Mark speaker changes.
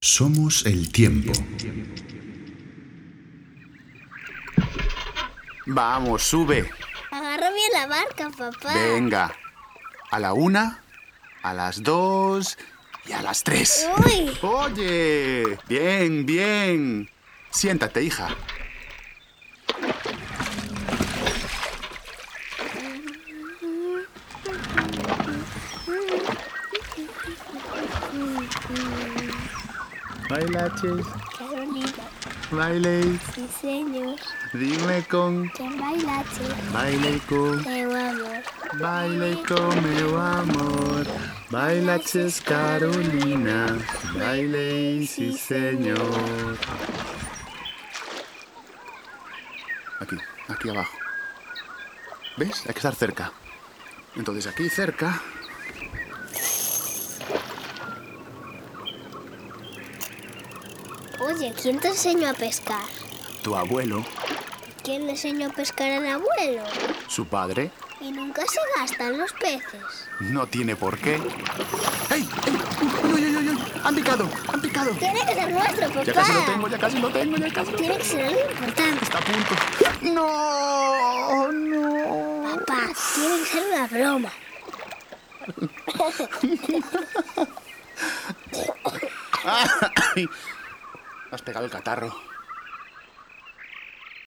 Speaker 1: Somos el tiempo.
Speaker 2: Vamos, sube.
Speaker 3: Agarra bien la barca, papá.
Speaker 2: Venga. A la una, a las dos y a las tres.
Speaker 3: Uy,
Speaker 2: Oye, bien, bien. Siéntate, hija.
Speaker 3: Mm,
Speaker 2: Bailaches,
Speaker 3: qué bonito.
Speaker 2: bailéis,
Speaker 3: Sí, señor.
Speaker 2: dime con,
Speaker 3: Qué bailache.
Speaker 2: baile con,
Speaker 3: Te amo.
Speaker 2: baile con meu amor. Bailaches Carolina, bailéis, sí señor. Aquí, aquí abajo. ¿Ves? Hay que estar cerca. Entonces aquí cerca.
Speaker 3: Oye, ¿quién te enseñó a pescar?
Speaker 2: Tu abuelo,
Speaker 3: ¿Quién le enseñó a pescar al abuelo?
Speaker 2: su padre,
Speaker 3: Y nunca se gastan los peces.
Speaker 2: no tiene por qué. ¡Ey! ¡Ey! ¡Uy, uy, uy, uy! ¡Han picado! ¡Han picado!
Speaker 3: Tiene que ser nuestro, papá.
Speaker 2: Ya casi lo tengo, ya casi lo tengo, ya casi lo tengo.
Speaker 3: Tiene que ser algo importante.
Speaker 2: Está a punto. ¡No! ¡No!
Speaker 3: Papá, tiene que ser una broma.
Speaker 2: Has pegado el catarro.